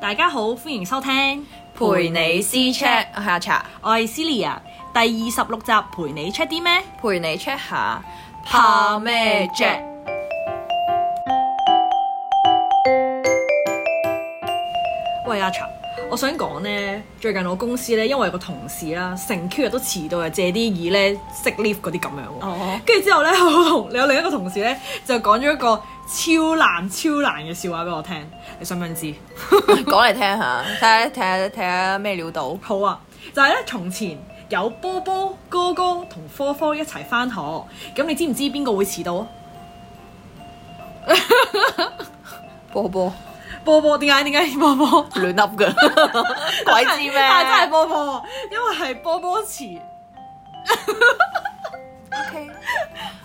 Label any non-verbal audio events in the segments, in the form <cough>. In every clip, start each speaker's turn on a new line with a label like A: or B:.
A: 大家好，歡迎收聽，
B: 陪你私 check 下茶，
A: 我係 Celia，第二十六集陪你 check 啲咩？
B: 陪你 check 下
A: 怕咩 check？喂阿茶，我想講呢，最近我公司呢，因為有個同事啦，成 Q 日都遲到啊，借啲意呢，識 lift 嗰啲咁樣喎。
B: 哦，
A: 跟住之後咧，我同有另一個同事咧就講咗一個超難超難嘅笑話俾我聽，你想唔想知？
B: <laughs> 講嚟聽下，睇下睇下睇下咩料到。
A: 好啊，就係、咧從前有波波、哥哥同科科一齊翻學，咁你知唔知邊個會遲到啊？
B: 波波
A: 波波點解點解波波？
B: 亂噏噶， <laughs> 鬼知咩？
A: 但係真係波
B: <laughs>
A: 波，因為係波波遲。
B: OK。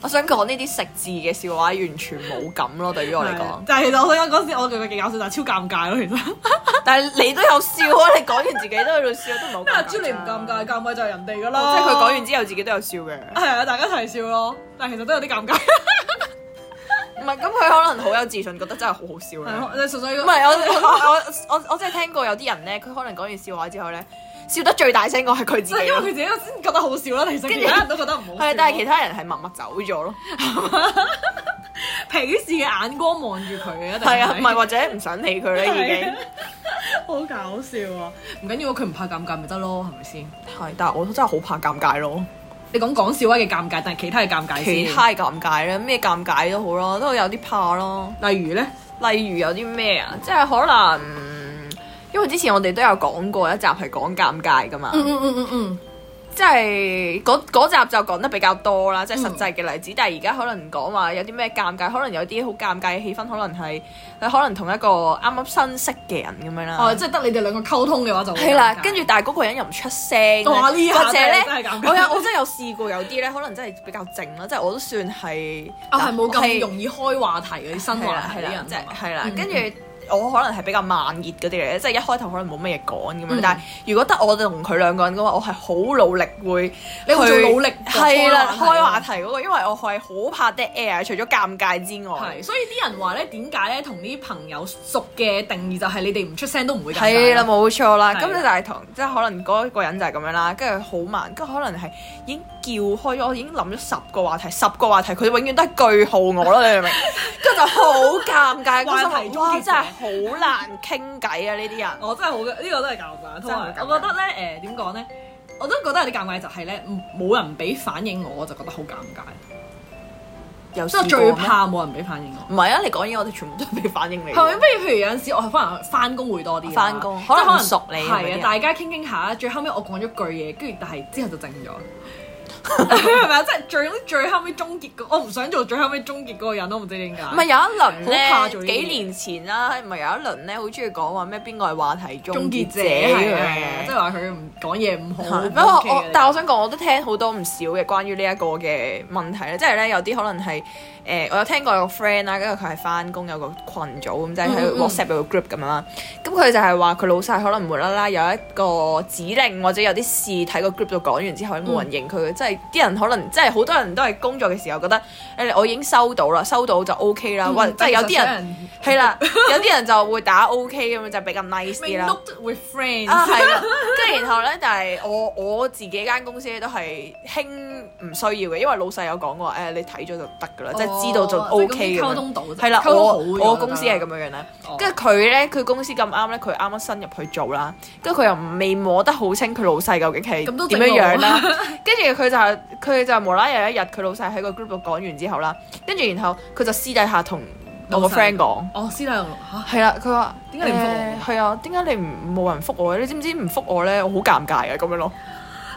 B: 我想講呢啲食字嘅笑話完全冇感咯，對於我嚟講。
A: 就係其實我想講嗰時，我覺得幾搞笑，但係超尷尬咯，其實。
B: 但係你都有笑啊！你講完自己都喺度笑，都啊唔係好尷尬。
A: 因
B: <laughs>
A: 為知你唔尷尬，尷尬就係人哋噶
B: 哦
A: 啦。
B: 即係佢講完之後自己都有笑嘅。
A: 係啊，大家一齊笑咯，但係其實都有啲尷尬。
B: 唔係，咁佢可能好有自信，覺得真係好好笑
A: 係
B: 啦
A: 咯。你純粹
B: 唔係我 <laughs> 我我我我真係聽過有啲人咧，佢可能講完笑話之後咧，笑得最大聲個係佢
A: 即
B: 自
A: 係
B: 己
A: 因為佢
B: 咯。
A: 自己先覺得好笑啦，其實
B: 跟住
A: 其他人都覺得唔好笑。
B: 係，啊但係其他人係默默走咗咯。
A: 鄙視嘅眼光望住佢嘅，一定
B: 係啊，唔啊係或者唔想理佢咧已經。
A: 好搞笑啊！唔緊要，佢唔怕尷尬咪得咯，係咪先？
B: 係，但係我真係好怕尷尬咯。
A: 你講講笑話嘅尷尬，但係其他嘅尷尬先。
B: 其他嘅尷尬咧，咩尷尬都好啦，都有啲怕咯。
A: 例如咧，
B: 例如有啲咩啊，即係可能。嗯因為之前我哋都有講過一集係講尷尬噶嘛，
A: 嗯嗯嗯嗯，
B: 即係嗰嗰集就講得比較多
A: 嗯
B: 啦，即係實際嘅例子。但係而家可能講話有啲咩尷尬，可能有啲好尷尬嘅氣氛，可能係你可能同一個啱啱新識嘅人咁樣
A: 哦，
B: 啦。
A: 即係得你哋兩個溝通嘅話就會
B: 啊係啦，
A: 尷尬
B: 跟住但係嗰個人又唔出聲，啊
A: 哇呢下
B: 或者咧
A: 真係尷，尬
B: 我有我真係有試過有啲咧，可能真係比較靜啦，即係我都算係
A: 啊係冇咁
B: 易
A: 容易開話題嗰啲新話題
B: 係
A: 啲
B: 啦
A: 人，
B: 即
A: 啫
B: 係。係啦
A: 嗯，
B: 跟住。我可能係比較慢熱嗰啲嚟嘅，即係一開頭可能冇乜嘢講咁樣，
A: 嗯
B: 但係如果得我同佢兩個人嘅話，我係好努力會
A: 你會
B: 去
A: 做努力
B: 係
A: 開話
B: 啦，
A: 題
B: 開話題嗰、個，因為我係好怕 dead air，除咗尷尬之外，
A: 係，所以啲人話咧，點解咧同啲朋友熟嘅定義就係你哋唔出聲都唔會尷尬。
B: 係啦，冇錯啦。
A: 係
B: 咁你大堂即係可能嗰個人就係咁樣啦，跟住好慢，跟住可能係已經叫開咗，我已經諗咗十個話題，十個話題佢永遠都係句號我咯，你明唔
A: <laughs>
B: 明？跟住就好尷尬，
A: 話題
B: 跟住
A: 終結者
B: 心諗哇，真係好難傾偈啊！呢啲人。
A: 我真係好嘅，呢、個都係尷尬。同埋
B: 真係好尷尬
A: 我覺得咧，誒點講咧，我都覺得有啲尷尬就係咧，唔冇人俾反應我，我就覺得好尷尬。
B: 有
A: 所以我
B: 試
A: 最
B: 過咩
A: 怕冇人俾反應我。
B: 唔係啊！你講嘢，我哋全部都係俾反應你嘅。
A: 係咪？不如譬如有陣時我係可能翻工會多啲啦，
B: 返工
A: 即係
B: 可能熟你咁
A: 係
B: 樣
A: 啊，
B: 啲
A: 大家傾傾下，最後尾我講咗句嘢，跟住但係之後就靜咗，
B: <laughs>
A: 係咪啊？即係最最後尾終結嗰，我唔想做最後尾終結嗰個人咯，唔知點解。
B: 唔係有一輪咧，
A: 啊好怕做呢啲嘢
B: 幾年前啦，唔係有一輪咧，好中意講話咩邊個係話題終
A: 終結
B: 結
A: 者係
B: 者咁
A: 啊係啊，即係
B: 樣。
A: 話佢唔講嘢唔好。
B: 係
A: 唔
B: 啊不過
A: OK 嘅
B: 我，但係我想講，我都聽好多唔少嘅關於呢一個嘅問題咧，即係咧有啲可能係誒、呃我有聽過有個 friend 啦，跟住佢係翻工有個群組咁，即係
A: 嗯
B: 喺
A: 嗯
B: WhatsApp 有個 group 咁樣啦。咁佢就係話佢老細可能無啦啦有一個指令或者有啲事睇個 group 度講完之後冇人應佢，即係啲人可能即係好多人都係工作嘅時候覺得誒、我已經收到啦，收到就 OK 啦，
A: 嗯
B: 或者即係有啲
A: <laughs>
B: 人。
A: 人
B: 係啦，有啲人就會打 OK 咁樣就比較 nice 啲
A: 未
B: 啦。
A: looked with friends <laughs>
B: 啊，係啦，跟住然後咧，但係我我自己間公司咧都係興唔需要嘅，因為老細有講過誒、你睇咗就得㗎啦，即係知道就
A: 哦
B: O
A: 即
B: K
A: 係
B: 咁
A: 溝
B: 樣。
A: 通到啫，
B: 係啦，
A: 溝通
B: 我
A: 好咗
B: 我公司係咁
A: 得啦。
B: 樣樣啦，
A: 哦
B: 跟住佢咧，佢公司咁啱咧，佢啱啱新入去做啦，跟住佢又未摸得好清佢老細究竟
A: 咁都
B: 係
A: 正
B: 點
A: 路
B: 樣
A: <laughs>
B: 樣啦，跟住佢就係佢就無啦有一日佢老細喺個 group 度講完之後啦，跟住然後佢就私底下同我
A: 老
B: 個
A: 細
B: friend 講。
A: 哦，師弟嚇，
B: 係啦，佢話
A: 點解你唔覆我
B: 誒係啊，點解你唔冇人覆我咧？你知唔知唔覆我咧？我好尷尬啊，咁樣咯。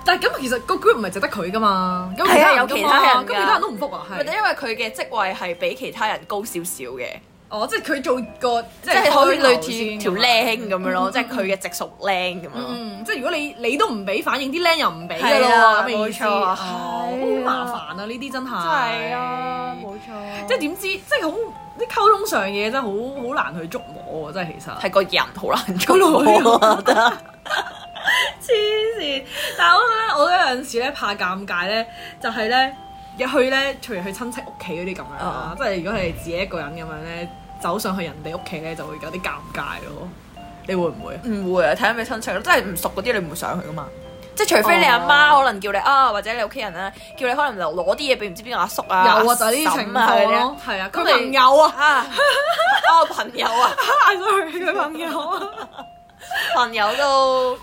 A: 但係咁其實個 group 唔係淨得佢噶嘛，咁
B: 係啊有
A: 㗎嘛
B: 其他人㗎
A: 咁其他人都唔覆啊，
B: 或者
A: 係
B: 因為佢嘅職位係比其他人高少少嘅，
A: 哦，即係佢做個即
B: 即係好似類
A: 似
B: 似條僆咁樣嗯咯，即係佢嘅直屬僆咁樣咯。
A: 嗯，即係如果你你都唔俾反應，啲僆又唔俾㗎
B: 係
A: 咯，
B: 啊
A: 咁嘅意思，
B: 冇錯
A: 哦
B: 啊
A: 好麻煩啊！呢啲真係，即
B: 錯即
A: 係點知，即係好啲溝通上嘅嘢真係好好難去捉摸喎，啊真係其實。
B: 係個人 <laughs> 好難捉摸啊，我覺得
A: <laughs> 黐線！但係我覺得咧，我都有陣時咧怕尷尬咧，就係咧入去咧，譬如去親戚屋企嗰啲咁樣啦
B: 啊，
A: 即係如果係自己一個人咁樣咧，走上去人哋屋企咧，就會有啲尷尬咯。你會唔會啊？
B: 唔會啊，睇下咩親戚咯，真係唔熟嗰啲你唔會上去噶嘛。即係除非你阿媽
A: 哦
B: 可能叫你啊，或者你屋企人啊，叫你可能留攞啲嘢俾唔知邊個阿叔啊、
A: 有啊，就係呢啲
B: 阿嬸
A: 情
B: 啊
A: 況
B: 嗰啲
A: 咯，係啊，佢
B: 咁你
A: 朋友啊， <laughs>
B: 啊，哦朋友啊，
A: 嗌咗佢佢朋友
B: <laughs>
A: 啊，
B: 朋友都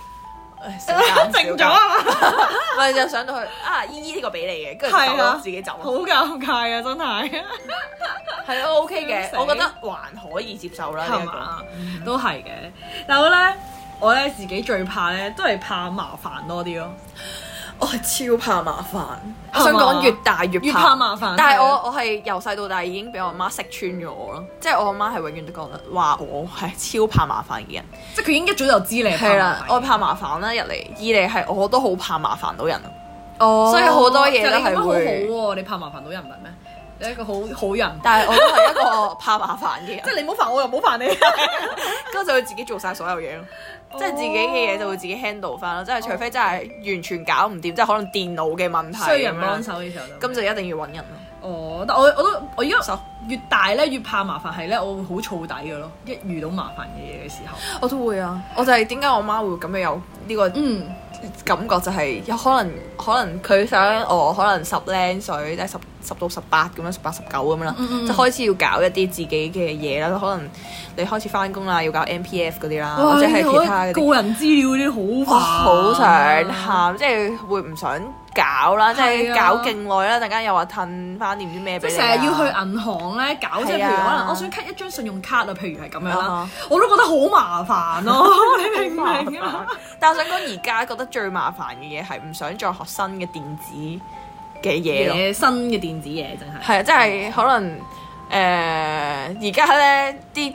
A: <laughs>
B: 唉死啦
A: 靜咗啊嘛，
B: 咪就上到去啊，姨姨呢個俾你嘅，跟住
A: 係
B: <laughs> 就
A: 啊
B: 自己走
A: 好。尷尬啊，真係。
B: 係啊 OK 嘅，
A: 笑死
B: 我覺得還可以接受啦。呢
A: 係
B: 一個
A: 嘛？嗯都係嘅。但我咧，我咧自己最怕咧，都係怕麻煩多啲咯。
B: 我哦係超怕麻煩，我
A: 係
B: 想
A: 嘛
B: 講越大越
A: 越怕麻煩
B: 但係
A: 係啊
B: 我我係由細到大已經俾我媽識穿咗我咯，即係我阿媽係永遠都覺得話我係超怕麻煩嘅人。
A: 即係佢已經一早就知你
B: 係啊
A: 係
B: 啦，我怕麻煩啦，一嚟二嚟係我都好怕麻煩到人。
A: 哦
B: 所以好多嘢都
A: 其實
B: 係會
A: 你咁樣好好啊喎，你怕麻煩到人唔係咩？你係一個好好人，
B: 但係我都係一個怕麻煩嘅 <laughs>
A: 即
B: 人，
A: 係你唔好煩我，又唔好煩
B: <laughs>
A: 你。 <laughs>
B: 跟住就會自己做晒所有嘢咯，即係自己嘅嘢就會自己 handle 翻咯，即係除非真係完全搞唔掂，即係可能電腦嘅問題
A: 需要人
B: 咁樣
A: 幫手嘅時候就
B: 啊咁就一定要揾人咯。
A: 哦，但我我都我而
B: 手
A: 家越大咧越怕麻煩係咧，我會好燥底嘅咯。一遇到麻煩嘅嘢嘅時候，
B: 我都會啊，我就係點解我媽會咁樣有呢個
A: 嗯，
B: 感覺就係有可能可能佢想我可能十零歲，即係十十到十八咁樣，十八十九咁樣啦，
A: 嗯嗯
B: 就開始要搞一啲自己嘅嘢啦。可能你開始翻工啦，要搞 M P F 嗰啲啦，或者係其他嗰啲。
A: 個人資料嗰啲
B: 哇！
A: 好煩，
B: 好想喊，即係會唔想搞啦，即係
A: 係啊
B: 搞勁耐啦，陣間又話褪翻啲唔知咩
A: 即
B: 俾
A: 係
B: 你
A: 成
B: 啊，
A: 日要去銀行咧搞，即係
B: 係
A: 譬
B: 啊
A: 如可能我想 cut 一張信用卡啊，譬如係咁樣
B: 啊
A: 啦，我都覺得好麻煩
B: <laughs>
A: 咯，你明唔明啊？
B: 但我想講而家覺得最麻煩嘅嘢係唔想再學新嘅電子嘅嘢咯，
A: 嘢新嘅電子嘢真係，
B: 係啊，即係可能誒而家咧啲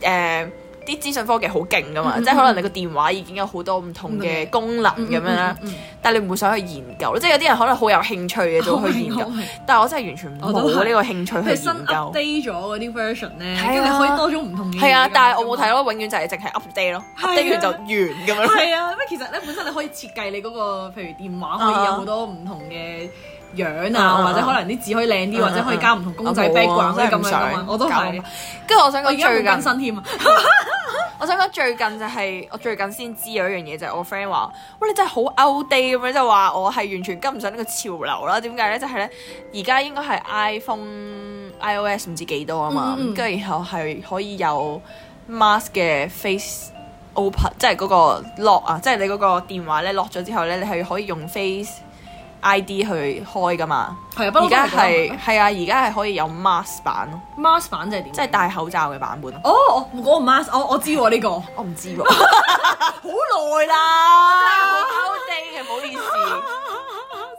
B: 誒。啲資訊科技好勁噶嘛，
A: 嗯嗯嗯
B: 即係可能你個電話已經有好多唔同嘅功能咁樣啦，
A: 嗯，嗯
B: 但係你唔會想去研究咯，即係有啲人可能好有興趣嘅就會去研
A: 哦 <laughs> 我
B: 究
A: 明我明，
B: 但係我真係完全
A: 我都
B: 冇
A: 係
B: 呢個興趣
A: 嗯
B: 去
A: 佢
B: 研
A: 新
B: 究。
A: update 咗嗰啲 version 咧，
B: 係啊
A: 跟住你可以多咗唔同嘅嘢㗎嘛。
B: 係啊，但係我冇睇咯，永遠就係淨係 update 咯
A: 係啊
B: ，update 完就完咁樣咯。
A: 係啊，因為其實咧本身你可以設計你嗰個，譬如電話可以有好多唔同嘅樣
B: 啊
A: 啊，
B: 啊
A: 或者可能啲字可以靚啲，或者可以加唔同公仔
B: 我冇啊
A: background
B: 真
A: 嗰啲咁
B: 係唔
A: 樣
B: 想
A: 噶嘛，我都
B: 搞
A: 係
B: 咁。跟住我想
A: 我而
B: 講
A: 家
B: 最
A: 冇更
B: 近，
A: 新添啊，
B: 我想講最近就係我最近先知有一樣嘢就係我 friend 話：，喂，你真係好 outdate 咁樣，就話我係完全跟唔上呢個潮流啦。點解咧？就係咧，而家應該係 iPhone、iOS 唔知幾多啊嘛
A: 嗯嗯嗯，嗯
B: 跟住然後係可以有 mask 嘅 face。open 即係嗰個 lock 啊，即係你嗰個電話咧 lock 咗之後咧，你係可以用 Face ID 去開噶嘛。
A: 係啊，不嬲
B: 而
A: 都
B: 家
A: 係咁啊
B: 係係啊，而家係可以有 mask 版咯，
A: mask 版即係點？啊
B: 即係戴口罩嘅版本咯。
A: 哦，我我嗰個 mask，我哦我知喎呢個，
B: 我唔知喎， <laughs> 好耐啦，好 outdate 嘅，唔好意思，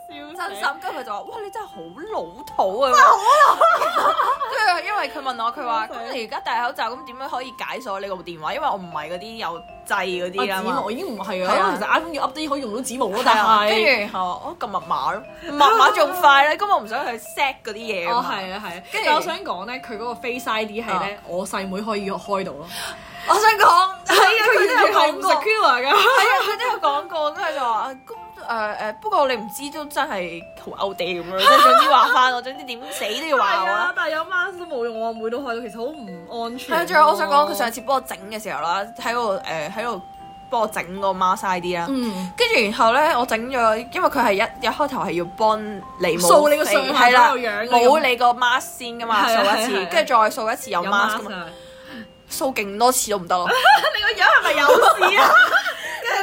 A: 笑
B: 真心。跟住佢就話：哇，你真係好老土啊！真係好啊老。跟住因為佢問我，佢話：咁你而家戴口罩，咁點樣可以解鎖你個電話？因為我唔係嗰啲有掣嗰啲
A: 啊
B: 啦
A: 指
B: 嘛
A: 模。已經唔係
B: 係
A: 啊，
B: 啊
A: 其實 iPhone 要 update 可以用到指模咯，但
B: 係啊跟住
A: 係
B: 然後我撳密碼咯，密碼仲快咧，咁我唔想去 set 嗰啲嘢啊
A: 哦
B: 嘛。
A: 係啊係啊，跟
B: 跟住
A: 住我想講咧，佢嗰個 Face ID 係咧，我細妹可以開到咯，
B: 我想講，係啊，佢都
A: <laughs>
B: 有
A: 係
B: 講
A: 唔
B: 過。
A: secure 㗎，
B: 係啊，佢都有講過，跟住就話啊咁誒誒，不過你唔知都真係好 out 地咁
A: <laughs>
B: 樣，即係總之話翻我，總之點死都要話
A: 係
B: 我
A: 啊
B: 啦。，
A: 但係有 mask 都冇用，我阿妹都開到，其實好唔安
B: 係
A: 全。
B: 啊，仲有我想講，佢上次幫我整嘅時候啦，喺度誒喺度幫我整個 mask ID 啦。
A: 嗯
B: 跟住然後咧，我整咗，因為佢係一一開頭係要幫你冇
A: 掃你個
B: 飛
A: 上下
B: 係啦
A: 左右樣，嘅
B: 冇你個 mask 先噶嘛，
A: 係啊
B: 掃一
A: 係
B: 次，
A: 啊
B: 跟住再掃一次有
A: 有
B: mask 噶
A: mask
B: 嘛，
A: 啊，
B: 掃勁多次都唔得咯。
A: 你個樣係咪有 <laughs> 事啊？跟住
B: 覺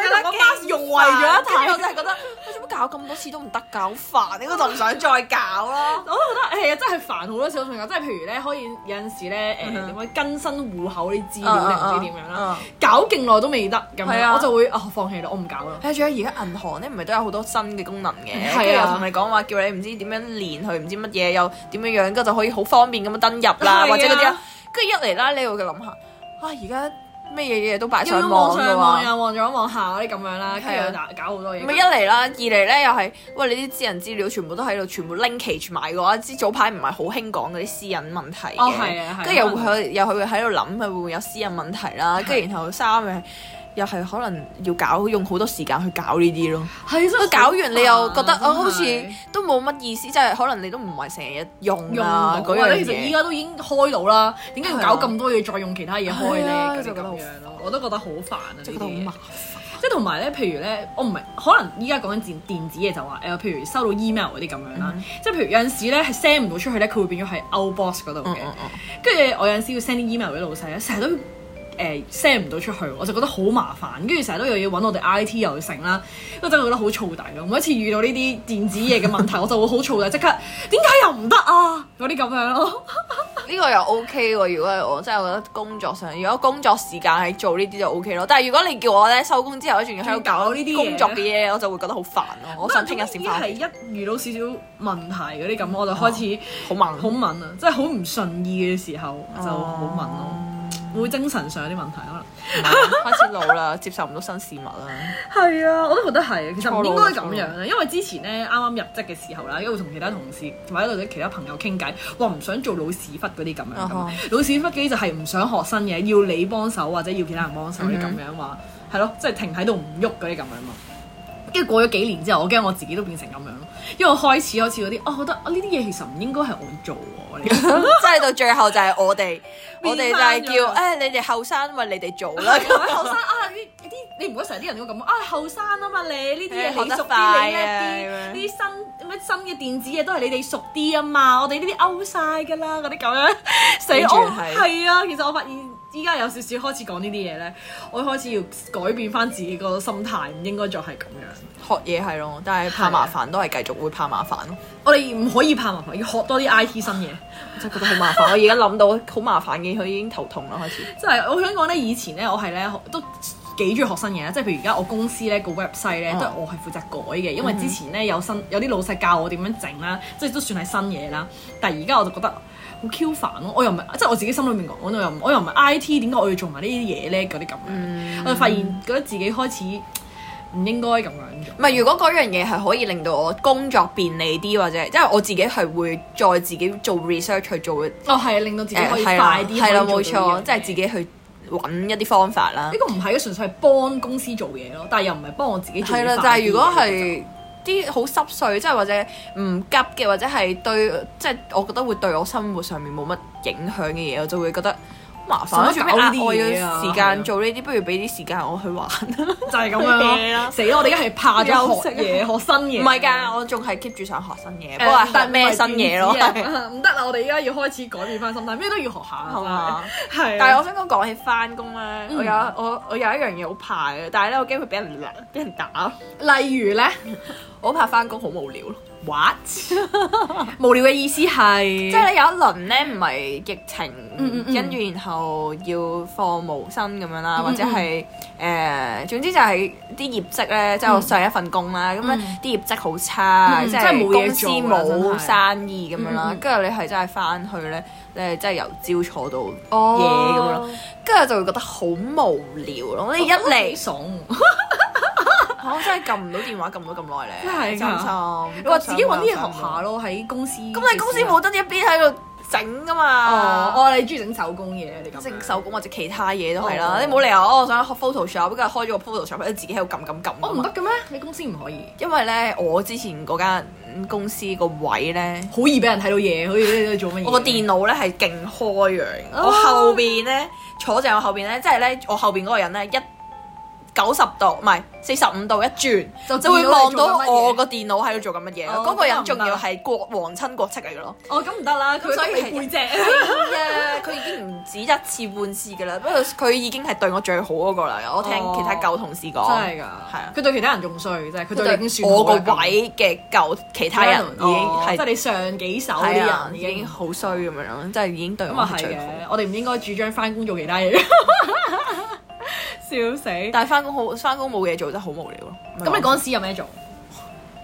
A: 佢
B: 得
A: 個
B: 勁
A: mask 用壞咗一
B: 跟住
A: 睇
B: 我真。係覺得，我做乜搞咁多次都唔得㗎，好煩，你嗰度唔想再搞咯。
A: 我都覺得係啊，真係煩好多小朋友，即係譬如咧，可以有陣時咧，
B: 嗯
A: 誒點樣更新戶口啲資料定唔知點樣
B: 嗯嗯
A: 啦，搞勁耐都未得咁
B: 係啊
A: 樣，我就會啊放棄啦，我唔搞啦。
B: 誒，仲有而家銀行咧，唔係都有好多新嘅功能嘅，
A: 係啊
B: 跟住又同你講話叫你唔知點樣連佢，唔知乜嘢又點樣樣，跟住就可以好方便咁樣登入
A: <laughs> 係
B: 啦，
A: 啊
B: 或者嗰啲啊。跟住一嚟啦，你會諗下，啊而家咩嘢嘢都擺
A: 又要
B: 上
A: 望
B: 網啊㗎
A: 上網啊
B: 喎。
A: 又望左望下嗰啲咁樣啦，
B: 係啊
A: 跟住又搞好多嘢。
B: 咪一嚟啦，二嚟咧又係，喂你啲私人資料全部都喺度，全部 linkage 埋嘅話，知早排唔係好興講嗰啲私隱問題嘅
A: 哦係啊係啊
B: 跟住又會佢又佢會喺度諗佢會唔會有私隱問題啦，跟住然後三樣又係可能要搞用好多時間去搞呢啲咯。
A: 係真係
B: 搞完你又覺得
A: 好
B: 啊，好似
A: 真係
B: 都冇乜意思，即係可能你都唔係成日用
A: 用
B: 啊
A: 到
B: 嗰
A: 啊
B: 樣
A: 你其實依
B: 嘢。
A: 家
B: 啊
A: 都已經開到啦，點解要搞咁多嘢再用其他嘢開
B: 係啊
A: 咧？
B: 就
A: 就
B: 覺
A: 咁
B: 得好
A: 樣咯，我都覺得好煩啊！呢
B: 即
A: 啲
B: 係覺得好
A: 嘢
B: 麻
A: 即係同埋咧，譬如咧，我唔係可能依家講緊電電子嘢就話誒、譬如收到 email 嗰啲咁樣
B: 嗯
A: 啦，即係譬如有陣時咧係 send 唔到出去咧，佢會變咗喺 outbox 嗰度
B: 嗯
A: 嘅
B: 嗯。嗯
A: 跟住我有陣時要 send 啲 email 俾老細咧，成日都誒 send 唔到出去，我就覺得好麻煩。跟住成日都又要揾我哋 IT 又成啦，我真係覺得好燥底咯。每一次遇到呢啲電子嘢嘅問題，我就會好燥底，即刻點解又唔得啊？嗰啲咁樣咯，
B: 呢個又 OK 喎，如果係我真係覺得工作上，如果工作時間係做呢啲就 OK 咯。但係如果你叫我咧收工之後咧，仲要喺度搞
A: 仲要搞啊呢啲嘢
B: 工作嘅嘢，我就會覺得好煩咯。我想聽日先翻
A: 係啊一
B: 嚟，
A: 遇到少少問題嗰啲咁，我就開始
B: 哦好猛。
A: 好敏啊，即係好唔順意嘅時候就好敏
B: 哦
A: 咯，會精神上有啲問題可能。
B: <laughs> 開始老啦，接受唔到新事物啦。
A: 係啊，我都覺得係啊，其實唔應該咁
B: 初老
A: 樣
B: 啦
A: 啊，因為之前咧啱啱入職嘅時候啦，因為同其他同事或者或者其他朋友傾偈，話唔想做老屎忽嗰啲咁樣
B: 啊
A: 咁
B: 哈
A: 啊，老屎忽嗰啲就係唔想學新嘢，要你幫手或者要其他人幫手啲咁樣話，
B: 嗯
A: 係咯，即係停喺度唔喐嗰啲咁樣嘛。跟住過咗幾年之後，我驚我自己都變成咁樣咯，因為我開始開始嗰啲，哦，覺得啊呢啲嘢其實唔應該係我做喎。你
B: <laughs> 即係到最後就係我 <laughs> 哋，我哋就係
A: 變
B: 叫
A: 返咗
B: 誒你哋後生為你哋做 <laughs> 啦。
A: 同埋後生啊，呢啲你唔好成日啲人都會咁啊，後生啊嘛你呢啲嘢
B: 誒學
A: 你
B: 得
A: 熟
B: 快
A: 啲，
B: 啊
A: 你叻
B: 咁樣
A: 啲，呢啲新咩新嘅電子嘢都係你哋熟啲啊嘛，我哋呢啲 out 晒㗎啦，嗰啲咁
B: <laughs>
A: 樣死
B: 完全
A: 我
B: 係
A: 係啊，其實我發現。依家有少少開始講呢啲嘢咧，我開始要改變翻自己個心態，唔應該再係咁樣。
B: 學嘢係咯，但係怕麻煩都係繼續會怕麻煩咯。
A: 我哋唔可以怕麻煩，要學多啲 IT 新嘢。
B: 我真係覺得好麻煩，我而家諗到好麻煩嘅，佢已經頭痛啦開始。
A: 即係我想講咧，以前咧我係咧都幾中意學新嘢啦，即係譬如而家我公司咧個 website 咧
B: 嗯
A: 都係我係負責改嘅，因為之前咧有新有啲老細教我點樣整啦，即係都算係新嘢啦。但係而家我就覺得好 Q 煩咯，我又唔係即係我自己心裏面講，我又唔我又唔係 IT，點解我要做埋呢啲嘢咧？嗰啲咁樣，我就發現覺得自己開始唔應該咁樣做。
B: 唔係，如果嗰樣嘢係可以令到我工作便利啲，或者因為我自己係會再自己做 research 去做誒，
A: 哦，係啊令到自己可以
B: 係啦
A: 快啲，
B: 係啦，冇錯，
A: 錯，
B: 即係自己去揾一啲方法啦
A: 呢。個唔係嘅，純粹係幫公司做嘢咯，但係又唔係幫我自己做嘢
B: 係啦，就
A: 快啲
B: 係如果
A: 嘅
B: 係啲好濕碎，即係或者唔急嘅，或者係對，即係我覺得會對我生活上面冇乜影響嘅嘢，我就會覺得。麻煩啦，
A: 使乜
B: 做
A: 搞呢
B: 咩額
A: 啲
B: 外
A: 嘢啊
B: 嘅時
A: 係啊
B: 間做呢啲？不如俾啲時間我去玩。唔
A: 就係咁樣
B: <laughs> 係
A: 咯。
B: 啊
A: 死啦！我哋而家係怕咗
B: 休
A: 學
B: 息啊
A: 嘢、學
B: <laughs>
A: 新嘢。
B: 係㗎，我仲係 keep 住想學新嘢，不過
A: 誒，
B: 係學
A: 但
B: 咩新嘢咯？
A: 唔係電
B: <laughs>
A: 子啊唔得啦！我哋而家要開始改變翻心態，咩都要學下。
B: 係嘛？
A: 係啊。
B: 但係我想講講起翻工咧，我有我我有一樣嘢好怕嘅，但係咧我驚會俾人鬧俾人打。
A: 我例如咧
B: 我好怕翻工好無聊咯，
A: ，what 無聊嘅意思係
B: 即係咧有一輪咧唔係疫情，
A: 嗯嗯嗯
B: 跟住然後要放無薪咁樣啦，
A: 嗯嗯嗯
B: 或者係誒、總之就係啲業績咧，即係我上一份工啦，咁咧
A: 嗯
B: 啲業績好差，
A: 嗯
B: 即
A: 真係
B: 係
A: 冇嘢
B: 公司
A: 做啦真係
B: 冇生意咁樣啦
A: 嗯嗯嗯，
B: 跟住你係真係翻去咧，你係真係由朝坐到夜咁樣
A: 哦
B: 咯，跟住就會覺得好無聊咯，你一嚟
A: 幾。爽喎。
B: <laughs> 我真係撳唔到電話，撳唔到咁耐咧，
A: 哦真係㗎
B: 真心。
A: 你話自己揾啲嘢學下
B: 咯，
A: 咯，喺公司。啊
B: 咁你公司冇得一邊喺度整噶嘛？
A: 哦，哦，你中意整手工嘢，你咁樣
B: 整手。工或者其他嘢都係
A: 哦
B: 啦，你冇理由哦我想學 Photoshop，跟住開咗個 Photoshop，跟住自己喺度撳撳撳。
A: 我唔得，嘅咩？你公司唔可以，
B: 因為咧我之前嗰間公司個位咧，
A: 好易俾人睇到嘢，好似你做乜嘢？
B: 我個電腦咧係勁開揚，
A: 哦
B: 我後邊咧坐正我後邊咧，即係咧我後邊嗰個人咧一。九十度唔係四十五度一轉，
A: 就
B: 就會
A: 見到
B: 望
A: 你
B: 到
A: 做緊乜嘢
B: 我個電腦喺度做緊乜嘢。
A: 哦
B: 嗰個
A: 咁
B: 人
A: 又唔
B: 仲
A: 得
B: 要係國皇親國戚嚟嘅咯。
A: 哦，咁唔得啦，佢
B: 所
A: 所
B: 以
A: 以
B: 係
A: 背脊。
B: 係啊，佢已經唔止一次半次嘅啦。不過佢已經係對我最好嗰個啦。我聽
A: 哦
B: 其他舊同事講，
A: 真係㗎，係
B: 啊
A: 佢對其他人仲衰，真係佢對你已經算
B: 我個
A: 好啦咁
B: 位嘅舊其他人已經
A: 哦即係
B: 係
A: 你上幾手
B: 係
A: 啲
B: 啊
A: 人已
B: 已經
A: 經
B: 好衰咁樣樣，即係已經對
A: 咁
B: 我
A: 啊
B: 係
A: 係
B: 最
A: 嘅
B: 好。，
A: 我哋唔應該主張翻工做其他嘢， <laughs> 笑死！咁
B: 但係翻工好翻工冇嘢做真係好無聊咯。咁
A: 你嗰陣時有咩做？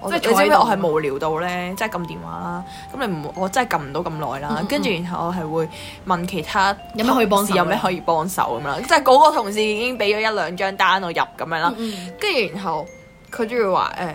B: 我
A: 即係
B: 你知唔
A: 坐喺
B: 知
A: 度
B: 我係無聊到咧，即係撳電話啦。咁你唔我真係撳唔到咁耐啦
A: 嗯。
B: 跟住然後我係會問其他
A: 有咩可以幫手
B: 同事有咩可以幫手咁啦。即係嗰個同事已經俾咗一兩張單我入咁樣啦。
A: 嗯
B: 跟住然後佢仲要話誒誒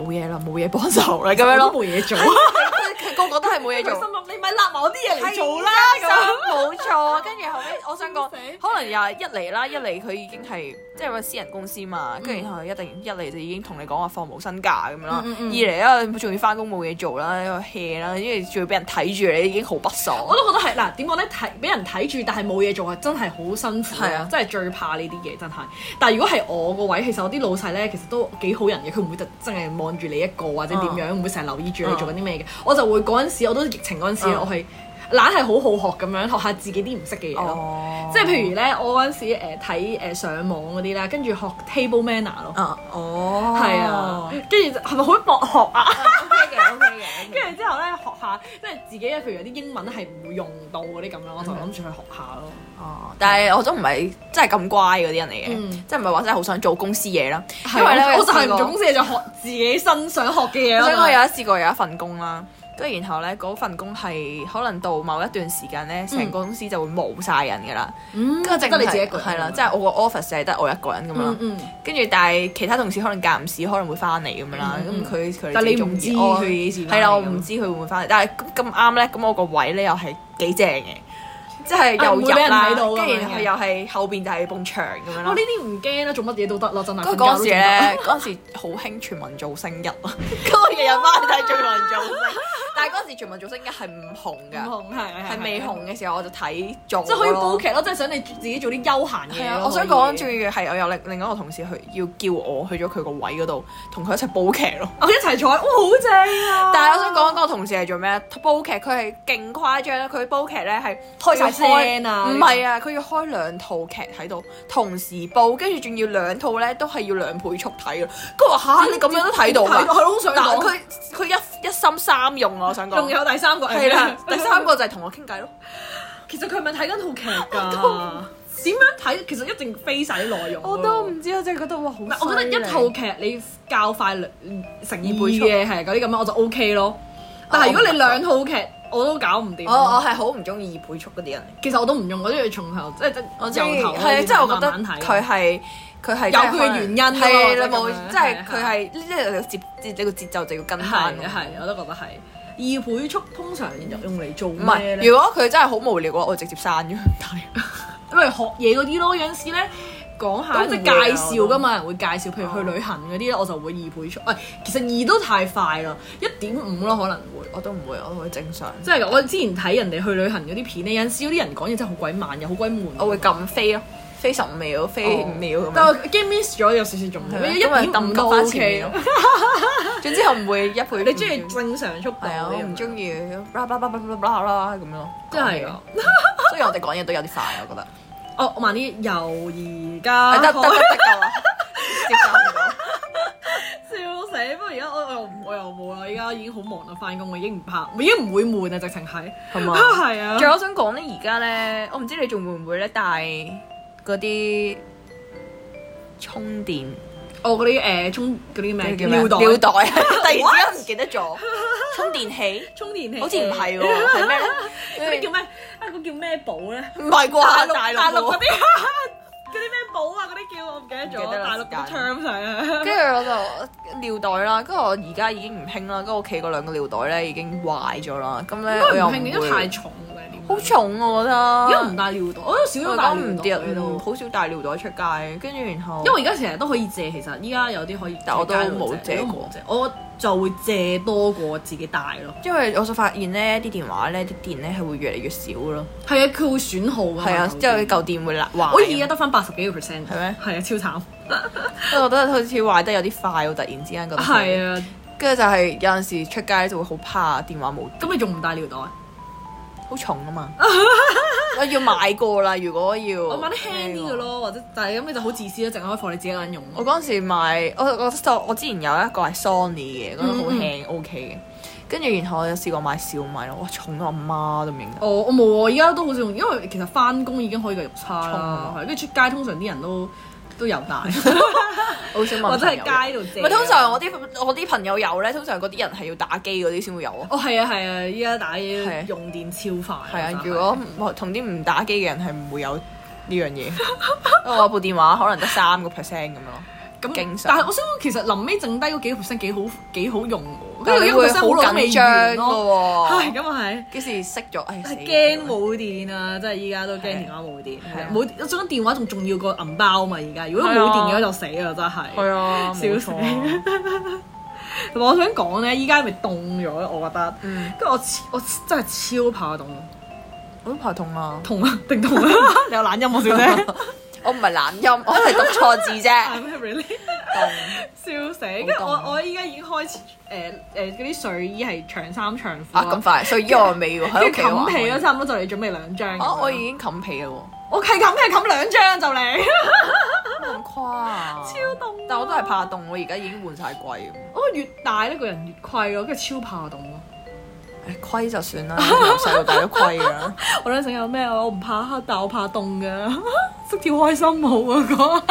B: 冇嘢啦，冇嘢幫手啦咁樣
A: 我都
B: 咯。
A: 冇嘢做，
B: 佢佢係個個都係冇嘢
A: 佢心
B: 做。
A: 諗你咪立埋我啲嘢嚟做啦
B: 係啊
A: 咁。
B: 冇錯。跟住後尾，我想講，
A: 笑死
B: 可能又係一嚟啦，一嚟佢已經係即係話私人公司嘛，跟住然後一定一嚟就已經同你講話放無薪假咁樣啦。
A: 嗯嗯嗯
B: 二嚟啊，佢仲要翻工冇嘢做啦，喺度 hea 啦，因為仲要俾人睇住你，已經好不爽。
A: 我都覺得係嗱，點講咧？睇俾人睇住，但係冇嘢做係啊真係好辛苦
B: 係啊
A: 真係最怕呢啲嘢真係。但係如果係我個位，其實我啲老細咧，其實都幾好人嘅，佢唔會特真係望住你一個
B: 啊
A: 或者點樣，唔、會成日留意住你做緊啲咩嘅。我就會嗰陣時，我都疫情嗰陣時，
B: 嗯
A: 我係懶係好好學咁樣學下自己啲唔識嘅嘢咯。
B: 哦
A: 即係譬如咧，我嗰陣時誒睇誒上網嗰啲啦，跟住學 table manner 咯，
B: 啊，哦，
A: 係啊，跟住就係咪好博學啊？
B: ，OK 嘅，OK 嘅，
A: 跟住之後咧學下，即係自己譬如有啲英文係唔會用到嗰啲咁樣，
B: 嗯
A: 我就諗住去學下咯。
B: 哦，但係我都唔係真係咁乖嗰啲人嚟嘅，
A: 嗯
B: 即係唔係話真係好想做公司嘢啦，因
A: 因為
B: 為咧
A: 咧，我就係唔做公
B: 司，
A: 司嘢，就學自己身想學嘅嘢
B: 我想
A: 咯。
B: 講有一試過有一份工啦。跟住然後咧，嗰份工係可能到某一段時間咧，成個公司就會冇晒人㗎啦。
A: 嗯，
B: 跟住
A: 得你自己一個人
B: 係啦，即係我個 office 係得我一個人咁樣啦
A: 嗯。嗯，
B: 跟住但係其他同事可能間唔時可能會翻嚟咁樣啦，
A: 嗯嗯
B: 咁佢佢哋
A: 但
B: 自己
A: 你唔知
B: 中意我
A: 佢幾時返嚟
B: 係啦，我
A: 咁
B: 唔知佢會唔會翻嚟，但係咁咁啱咧，咁我個位咧又係幾正嘅，即係
A: 啊
B: 又
A: 唔
B: 入
A: 會俾人
B: 啦，
A: 睇到
B: 跟住然
A: 咁樣
B: 後
A: 嘅
B: 又係後邊就係埲牆咁樣
A: 我
B: 啦
A: 哦呢。啲唔驚啦，做乜嘢都得啦，真係。
B: 嗰嗰陣時咧，嗰陣時好興全民造星一咯，咁我日日翻睇全民造星，但係嗰陣時全民造星一係唔紅
A: 唔
B: 㗎，
A: 紅嗯係
B: 係未，紅嘅時候我就睇咗，
A: 即係可以煲劇咯，即係想你自己做啲休閒
B: 係
A: 嘢
B: 啊，
A: 咯。
B: 我想
A: 可
B: 講
A: 以
B: 仲要係我有另另一個同事去要叫我去咗佢個位嗰度，同佢一齊煲劇咯。
A: 我一齊坐，哇，哦好正啊！
B: 但係我想講嗰個同事係做咩？煲劇佢係勁誇張啦！佢煲劇咧係
A: 開晒
B: 要
A: 聲啊
B: 唔係啊，佢要開兩套劇喺度同時煲，跟住仲要兩套咧都係要兩倍速睇嘅。佢話吓你咁樣都睇到
A: 睇到
B: <laughs> 㗎？
A: 係咯，好想
B: 但
A: 講。
B: 佢佢一一心三用啊！我想
A: 仲
B: 講
A: 有第三個
B: 係 <laughs> 啦，第三個就係同我傾偈咯。
A: 其實佢係咪睇緊套劇㗎？點樣睇？其實一定飛晒啲內容。
B: 我都。唔知，我真係覺得哇好
A: 唔係，我覺得一套劇你較快兩成二倍速嘅係啊嗰啲咁樣，我就 O K 咯。但係如果你兩套劇我都搞唔掂，
B: 我我哦係好唔中意二倍速嗰啲人嚟。
A: 其實我都唔用，我都要從頭即係即係
B: 我中意
A: 由頭
B: 係啊，即係我覺得
A: 慢慢睇
B: 佢係佢係
A: 有佢嘅原因㗎嘛
B: 係啦
A: 即係
B: 冇
A: 咁樣，
B: 即係
A: 係
B: 佢係呢啲有個節節你個節奏就要跟翻
A: 係。係，我都覺得係二倍速通常用嚟做
B: 唔
A: 咩
B: 係，
A: 咧？
B: 如果佢真係好無聊嘅話，我直接刪咗佢唔睇。
A: 因為學嘢嗰啲咯，有陣時咧講下
B: 都
A: 即係
B: 唔會啊
A: 介紹噶嘛，人會介紹，譬如去旅行嗰啲咧，我就會二倍速。喂，其實二都太快啦，一點五咯可能會。
B: 我都唔會，我會正常。
A: 即係我之前睇人哋去旅行嗰啲片咧，有陣時嗰啲人講嘢真係好鬼慢，又好鬼悶。
B: 我會撳飛咯，飛十五秒，飛五秒咁
A: 但
B: 樣。
A: 我驚 miss 咗有少少仲好，
B: 係啊
A: 一
B: 因為
A: 點五都
B: 抌急翻
A: OK
B: 前面
A: 咯
B: 咯。。總之我唔會一倍。
A: 你中意正常速度？
B: 係啊，我唔
A: 意，
B: 中意 blah blah blah blah blah blah 啦咁樣咯。
A: 真係㗎。
B: 所以我哋講嘢都有啲快，我覺得。
A: 哦，我慢啲，由而
B: 係
A: 家
B: 得得得得夠啦，接受唔到。
A: 笑死！不過而家我我又我又冇啦，而家已經好忙啦，翻工我已經唔怕，我已經唔會悶啊，直情係
B: 係嘛
A: 係啊
B: 仲。有我想講咧，而家咧，我唔知你仲會唔會咧帶嗰啲充電
A: 我哦嗰啲誒充嗰啲咩叫
B: 咩
A: 尿袋
B: 尿 <laughs> 袋，突然之間唔記得 <laughs> 咗充電 <laughs> 器，
A: 充電器，
B: 好似唔係喎， <laughs> 係咩
A: <laughs>
B: <laughs>
A: 嗰
B: 咧
A: 啲？叫咩？啊，嗰叫咩寶咧？
B: 唔係
A: 大
B: 啩？
A: 陸
B: 大
A: 大陸嗰
B: 陸
A: 啲 <laughs> 嗰啲咩寶啊，嗰啲叫我唔記得
B: 唔記得
A: 咗，
B: 啦
A: 大陸嗰啲啊 term 上
B: 跟住我就尿袋啦，跟住我而家已經唔興啦，跟住我屋企嗰兩個尿袋咧已經壞咗啦，咁咧哎我
A: 因為
B: 又
A: 唔
B: 唔
A: 興，因為太
B: 會
A: 重嘅點
B: 好重啊我覺
A: 而家
B: 得
A: 唔。帶尿袋，我都少
B: 我
A: 咗帶
B: 講唔
A: 尿袋
B: 掂，
A: 喺
B: 嗯
A: 度。
B: 好少帶尿袋出街，跟住然後
A: 因為而家成日都可以借，其實依家有啲可以，
B: 但我都
A: 喺街度
B: 冇
A: 我
B: 借
A: 都
B: 過
A: 冇借，我就會借多過自己帶咯。
B: 因為我就發現咧，啲電話咧啲電咧係會越嚟越少咯。
A: 係啊，佢會損耗㗎嘛。
B: 係啊，
A: 手機
B: 之後啲舊電會爛哎壞。
A: 我而家得翻八十幾個 percent，
B: 係咩哦
A: 係啊，超慘。
B: 我覺得好似壞得有啲快喎，突然之間覺得。
A: 係
B: 啊。
A: 啊，
B: 跟住就係有陣時出街就會好怕電話冇，
A: 咁你仲唔帶尿啊袋？
B: 好重啊
A: <laughs>
B: 嘛。我要買過啦，如果要。
A: 我買啲輕啲嘅。咯，或者但係咁你就好自私啦，淨係可以放你自己一個人用。
B: 我嗰陣時買，我我我我之前有一個係 Sony 嘅，覺得好
A: 嗯嗯
B: 輕 OK 嘅。跟住然後我有試過買小米咯，哇重到阿媽都唔認得。
A: 我我冇啊，而家都好少用，因為其實翻工已經可以繼續叉
B: 衝啊
A: 啦，係跟住出街通常啲人都都有 <laughs> 帶，
B: 我好想問
A: 或者
B: 朋友
A: 係街度借。啊
B: 唔係通常我啲我啲朋友有咧，通常嗰啲人係要打機嗰啲先會有啊。
A: 哦係啊係啊，依家打
B: 係啊
A: 嘢用電超快。
B: 係
A: 真
B: 啊，如果唔同啲唔打機嘅人係唔會有呢樣嘢， <laughs> 因為我部電話可能得三個 percent 咁樣咯。
A: 咁
B: 經常
A: 但係我想講其實臨尾剩低嗰幾個 percent 幾好幾好用喎，跟住因為佢生活路都未完咯，
B: 咯
A: 係咁啊係。
B: 幾時熄咗？唉，死
A: 係驚冇電啊！真係依家都驚電話冇電，
B: 係啊
A: 冇我想講電話仲重要過銀包嘛！而家如果冇電嘅話就死啦，真係。
B: 係啊，
A: 笑
B: 冇
A: 死
B: 錯啊！
A: 同埋我想講咧，依家咪凍咗，我覺得。
B: 嗯，
A: 跟住我超我真係超怕凍，
B: 我都怕痛啊！
A: 痛啊定痛啊！
B: <laughs>
A: 你有懶音我小姐。
B: 我唔係懶 <laughs> 音，我係讀錯字啫。
A: 係咩 really？ <laughs>
B: 凍
A: 笑死！跟住
B: 好凍啊
A: 我我依家已經開始誒誒嗰啲睡衣係長衫長褲
B: 啊！咁快，所以依我未喎，喺
A: 跟
B: 屋
A: 住冚
B: 企玩
A: 被都差唔多就嚟準備兩張。
B: 啊！我已經冚被啦喎，
A: 我係冚被冚兩張就
B: <laughs>
A: 嚟，
B: 咁誇啊！
A: 超凍啊。
B: 但我都係怕凍，我而家已經換晒櫃咁。
A: 我越大呢個人越虧咯，跟住超怕凍咯。
B: 唉虧就算 <laughs> 啦，由細到大都虧㗎。
A: 我咧想有咩啊？我唔怕黑，但我怕凍噶， <laughs> 識跳開心舞啊！講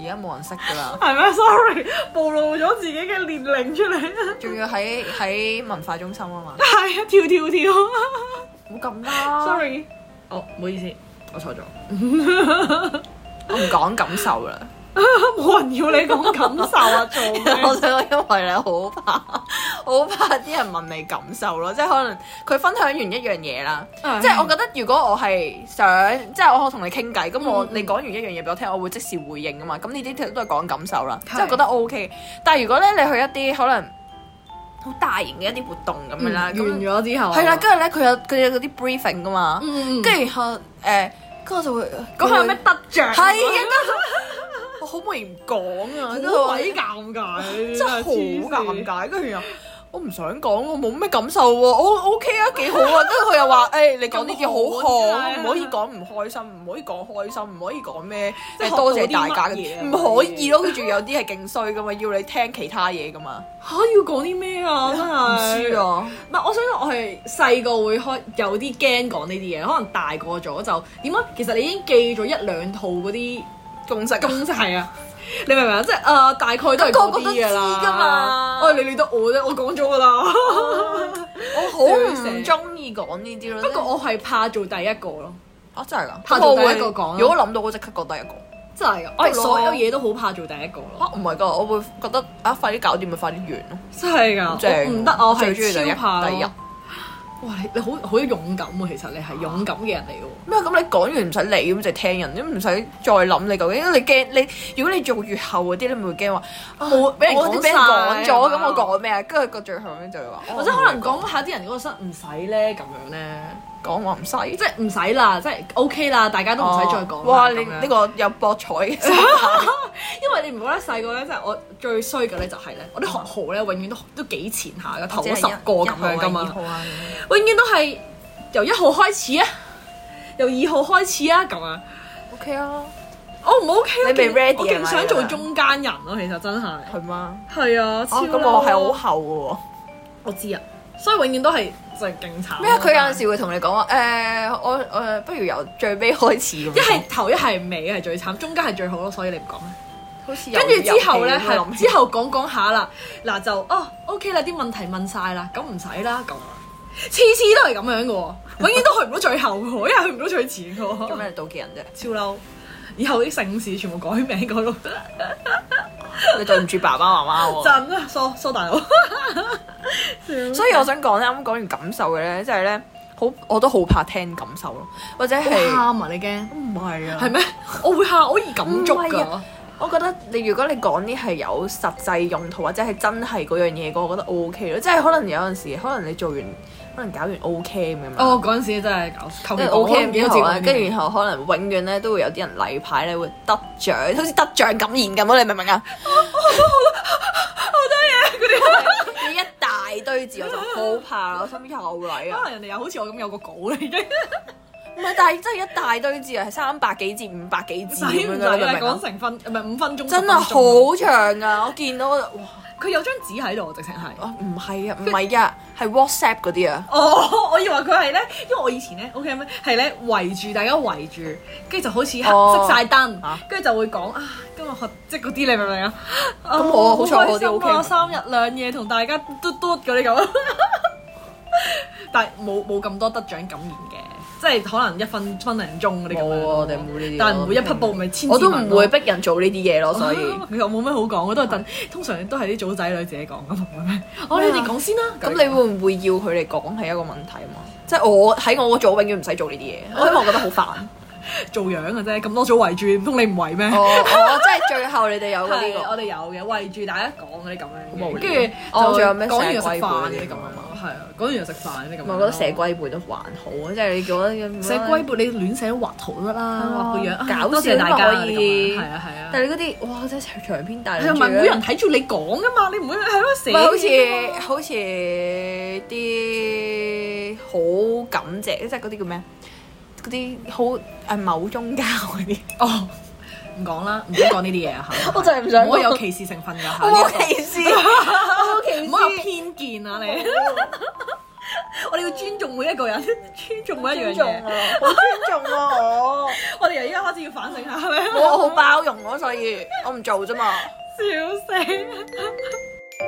B: 而家冇人識㗎啦，
A: 係咩？Sorry，暴露咗自己嘅年齡出嚟。
B: <laughs> 仲要喺喺文化中心啊嘛，
A: 係啊，跳跳跳。
B: 冇咁啦。
A: Sorry，哦，唔好意思，我錯咗。
B: 我唔講感受啦，
A: 冇人要你講感受啊，做 <laughs>
B: <laughs> 我
A: 咩？
B: 想講因為你好怕， <laughs> 好怕啲人問你感受咯，即係可能佢分享完一樣嘢啦，
A: 嗯
B: 即係我覺得如果我係想，即係我同你傾偈，咁我
A: 嗯嗯
B: 你講完一樣嘢俾我聽，我會即時回應噶嘛，咁呢啲都係講感受啦，
A: 係
B: 即係覺得 O K。但係如果咧你去一啲可能好大型嘅一啲活動咁樣啦，
A: 嗯完
B: 咁
A: 咗之後，
B: 係啦，跟住咧佢有佢有嗰啲 briefing 噶嘛，
A: 嗯，
B: 跟
A: 跟住
B: 住然後誒，跟住我就會
A: 講下有咩得着，
B: 係啊，跟住 <laughs> 我好冇唔講啊，跟住
A: 好
B: 我
A: 鬼尷尬，
B: 真係好尷。尬，跟住又我唔想講，我冇咩感受喎，我 OK
A: <laughs>
B: 啊，幾好啊，跟住佢又話誒，你講呢啲好
A: 咁
B: 好，
A: 好
B: 唔可以講唔開心，唔可以講開心，唔可以講咩
A: 即係
B: 誒多謝
A: 學到
B: 大
A: 啲
B: 家
A: 乜嘢
B: 嘅，
A: 啊
B: <laughs> 唔可以咯，跟住有啲係勁衰噶嘛，要你聽其他嘢噶嘛，
A: 嚇要講啲咩啊？真
B: 唔
A: 係
B: 知。啊，
A: 唔係，我想講我係細個會開有啲驚講呢啲嘢，可能大個咗就點解？其實你已經記咗一兩套嗰啲
B: 共識咁
A: 公式係啊，你明唔明啊？即係誒大概都係
B: 個
A: 嗰
B: 個都
A: 啲
B: 知
A: 㗎啦。
B: 㗎嘛哦
A: 哦，你理得我啫，我講咗㗎啦。
B: 我好唔中意講呢啲咯。
A: 不過我係怕做第一個咯，
B: 啊真係㗎，
A: 怕
B: 我
A: 做第
B: 會
A: 一個講啦啊
B: 如果諗到我即刻講第一個。
A: 真係㗎，我哦係
B: 直落
A: 所有嘢都好怕做第一個咯，
B: 啊唔係㗎，我會覺得啊快啲搞掂咪快啲完咯。
A: 真係
B: 正
A: 㗎，我唔得啊，我
B: 最中意第
A: 係
B: 一
A: 超怕咯
B: 第一
A: 哇，你你好好勇敢喎，其實你係勇敢嘅人嚟㗎喎。
B: 咩啊咁你講完唔使理咁就聽人，都唔使再諗你究竟，因為你驚你如果你做越後嗰啲，你咪會驚話
A: 冇俾人
B: 啊我啲俾人講
A: 講
B: 咗，
A: 晒
B: 咁我講咩啊？跟住個最後面就會話，哦
A: 或者可能講下啲人嗰個室唔使咧咁樣咧，
B: 講話唔使，
A: 即係唔使啦，即係 OK 啦，大家都唔使再講啦。
B: 哦哇！
A: 咁
B: 你
A: 樣
B: 呢個有博
A: <laughs>
B: 彩嘅心
A: 因
B: 態，
A: 為你唔覺得細個咧，即係我最衰嘅咧就係咧，我啲學號咧永遠都都幾前下嘅，頭嗰十個啊咁樣噶嘛，
B: 啊
A: 永遠都係由一號開始啊，由二號開始啊咁樣。
B: O K 啊，
A: 我唔 OK 咯
B: 你未
A: 勁
B: ready
A: 我
B: 啊
A: 勁
B: 嘛
A: 想
B: 你覺
A: 做
B: 得
A: 中間人咯，其實真係。
B: 係嗎？
A: 係啊，
B: 哦，
A: 超
B: 咁我係好
A: 嬲
B: 後嘅喎。
A: 我知啊，所以永遠都係就係勁慘。
B: 咩啊？佢有陣時會同你講話誒，我誒不如由最尾開始咁樣。
A: 一係頭一係尾係最慘，中間係最好咯，所以你唔講咩？
B: 好似有
A: 跟住之後咧，
B: 有戲咁樣諗
A: 係
B: 起
A: 之後講講下啦，嗱就哦 OK 啦，啲問題問晒啦，咁唔使啦咁，次次都係咁樣嘅喎，永遠都去唔到最後嘅喎，因為去唔到最前嘅
B: 做
A: 喎，
B: 咩妒忌人啫？
A: 超嬲！以後啲姓氏全部改名嗰度，
B: <laughs> 你對唔住爸爸媽媽喎。
A: 真啊，蘇蘇大佬，
B: 所以我想講咧，啱啱講完感受嘅咧，即係咧，好我都好怕聽感受咯，或者係
A: 喊啊你驚？
B: 唔係啊？
A: 係咩？我會喊，我好易感觸
B: 唔係
A: 㗎
B: 啊。我覺得你如果你講啲係有實際用途或者係真係嗰樣嘢嘅，我覺得 O K 咯。即係可能有陣時，可能你做完，可能搞完 O K 咁樣嘛。
A: 哦，嗰陣時真係搞求其
B: 跟住
A: 講我
B: O K
A: 唔啊記得自己
B: 之後咧，
A: 講
B: 跟住
A: 咩
B: 然後可能永遠咧都會有啲人例牌咧會得獎，好似得獎感言咁咯，你明唔明啊？好多嘢佢哋，一大堆字我就好怕啦，我心諗又嚟
A: <laughs>
B: 啊
A: 可！能人哋又好似我咁有個稿咧，已經
B: 唔係，但係真係一大堆字啊，係三百幾字、五百幾字
A: 使
B: 咁
A: 唔
B: 樣
A: 使
B: 㗎，
A: 啊
B: 你明唔明
A: 講
B: 啊？
A: 成分唔係五分鐘，
B: 真
A: 係
B: 係好長啊！我見到哇，
A: 佢有張紙喺度，我直情係。
B: 啊唔係啊，唔係啊，係 WhatsApp 嗰啲啊，
A: 哦， <laughs> 我以為佢係咧，因為我以前咧，OK 咩，係咧圍住大家圍住，跟住就好似黑
B: 哦
A: 熄晒燈
B: 啊，
A: 跟住就會講啊，今日學即係嗰啲，你明唔明啊？咁
B: 我好彩我啲 OK
A: 啊三日兩夜同大 <laughs> 家嘟嘟嗰啲咁，但係冇冇咁多得獎感言嘅，即係可能一分分零鐘嗰啲咁樣
B: 冇啊
A: 咯
B: 我哋冇呢啲
A: 但係唔會一匹布咪千
B: 我
A: 字
B: 都
A: 文
B: 唔
A: 咯 <laughs>
B: 會逼人做呢啲嘢咯，所以
A: 啊其實我冇咩好講，我都係等，通常都係啲組仔女自己講咁，唔係咩？哦，你
B: 咩啊
A: 哋講先啦。
B: 咁你會唔會要佢哋講係一個問題啊嘛？即係我喺我嗰組永遠唔使做呢啲 <laughs> 嘢，我因為我覺得好煩。
A: 做樣嘅啫，咁多組圍住，唔通你唔圍咩？
B: 我哦 <laughs> 我即係最後你哋有嗰
A: 係
B: 呢個。
A: 我哋有嘅，圍住大家講嗰啲咁樣
B: 好無
A: 嘅，
B: 聊
A: 跟住
B: 哦
A: 就
B: 仲有咩
A: 講完又食
B: 蛇
A: 飯
B: 龜背
A: 嗰啲
B: 呢
A: 咁
B: 個
A: 樣咯，係啊，講完又食飯嗰啲咁樣
B: 唔
A: 咯。
B: 係我覺得蛇龜背都還好啊，即係你覺得咁樣
A: 蛇龜背，你亂寫畫圖都得啦，畫個樣啊
B: 哦搞
A: 多
B: 笑
A: 謝大家
B: 都可
A: 嗰啲
B: 以
A: 咁樣係啊係啊。
B: 但係你嗰啲哇，真係長篇大論。
A: 係啊咪每人睇住你講噶嘛？你唔會係咯
B: 唔
A: 寫
B: 係好
A: 嘢㗎
B: 似
A: 嘛
B: 好似啲好感謝，即係嗰啲叫咩？嗰啲好誒某宗教嗰啲，
A: 哦，唔講啦，唔想講呢啲嘢
B: <laughs>
A: 啊嚇。
B: 我真係唔想講
A: 我有歧視成分㗎嚇。
B: <laughs> <laughs> 我
A: 呢
B: 冇
A: 一個
B: 歧視，我冇歧
A: 唔好有
B: 視。
A: 偏見啊
B: <laughs>
A: 你！ <laughs> 我哋要尊重每一個人，尊重每一樣
B: 尊重
A: 嘢。
B: 啊！好尊重啊！我
A: 我哋由依家開始要反省下係咪？
B: 我好包容咯，所以我唔做啫嘛。
A: 笑死！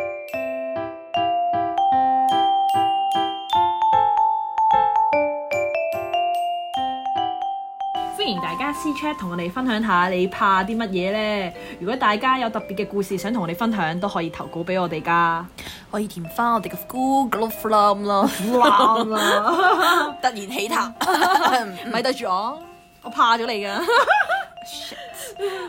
A: 歡迎大家私 chat 同我哋分享下你怕啲乜嘢呢？如果大家有特別嘅故事想同我哋分享，都可以投稿俾我哋噶。
B: 可以填翻我哋嘅 Google Form 咯，
A: 啱啊！
B: 突然起 <laughs> 塔，嗯咪對住我。
A: <laughs> 我怕咗你噶。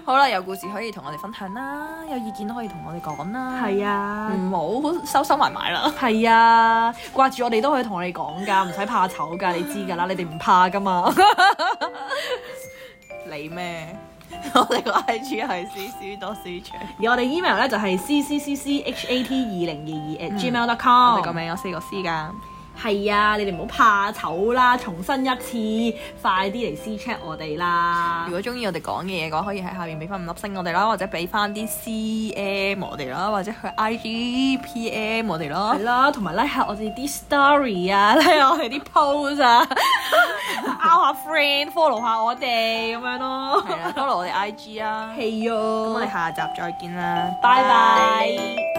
B: 好啦，有故事可以同我哋分享啦，有意見都可以同我哋講啦。
A: 係啊。
B: 唔好收收埋埋啦。
A: 係啊，掛住我哋都可以同我哋講噶，唔使怕醜噶，你知噶啦，你哋唔怕噶嘛。
B: 你咩？ <laughs> 我哋個 I G 係 C C 多 C 長，
A: 而我哋 email 咧就係 c c c c h a t e 二零二二 at
B: 嗯哦我
A: gmail.com。
B: 哋個名有四個 C 噶。
A: 係啊，你哋唔好怕醜啦，重新一次，快啲嚟 C check 我哋啦
B: 如。果中意我哋講嘅嘢嘅話，可以喺下面俾翻五粒星我哋啦，或者俾翻啲 C M 我哋啦，或者去 I G P M 我哋啦
A: 係。啦，同埋 like 下我哋啲 story 啊，like 下我哋啲 post
B: <laughs>
A: 啊，拗下 friend，follow 下我哋咁樣咯。
B: 啊係啦，follow 我哋 I G 啊。
A: 係
B: 咁我哋
A: 啊，
B: 下集再見啦，
A: 拜拜。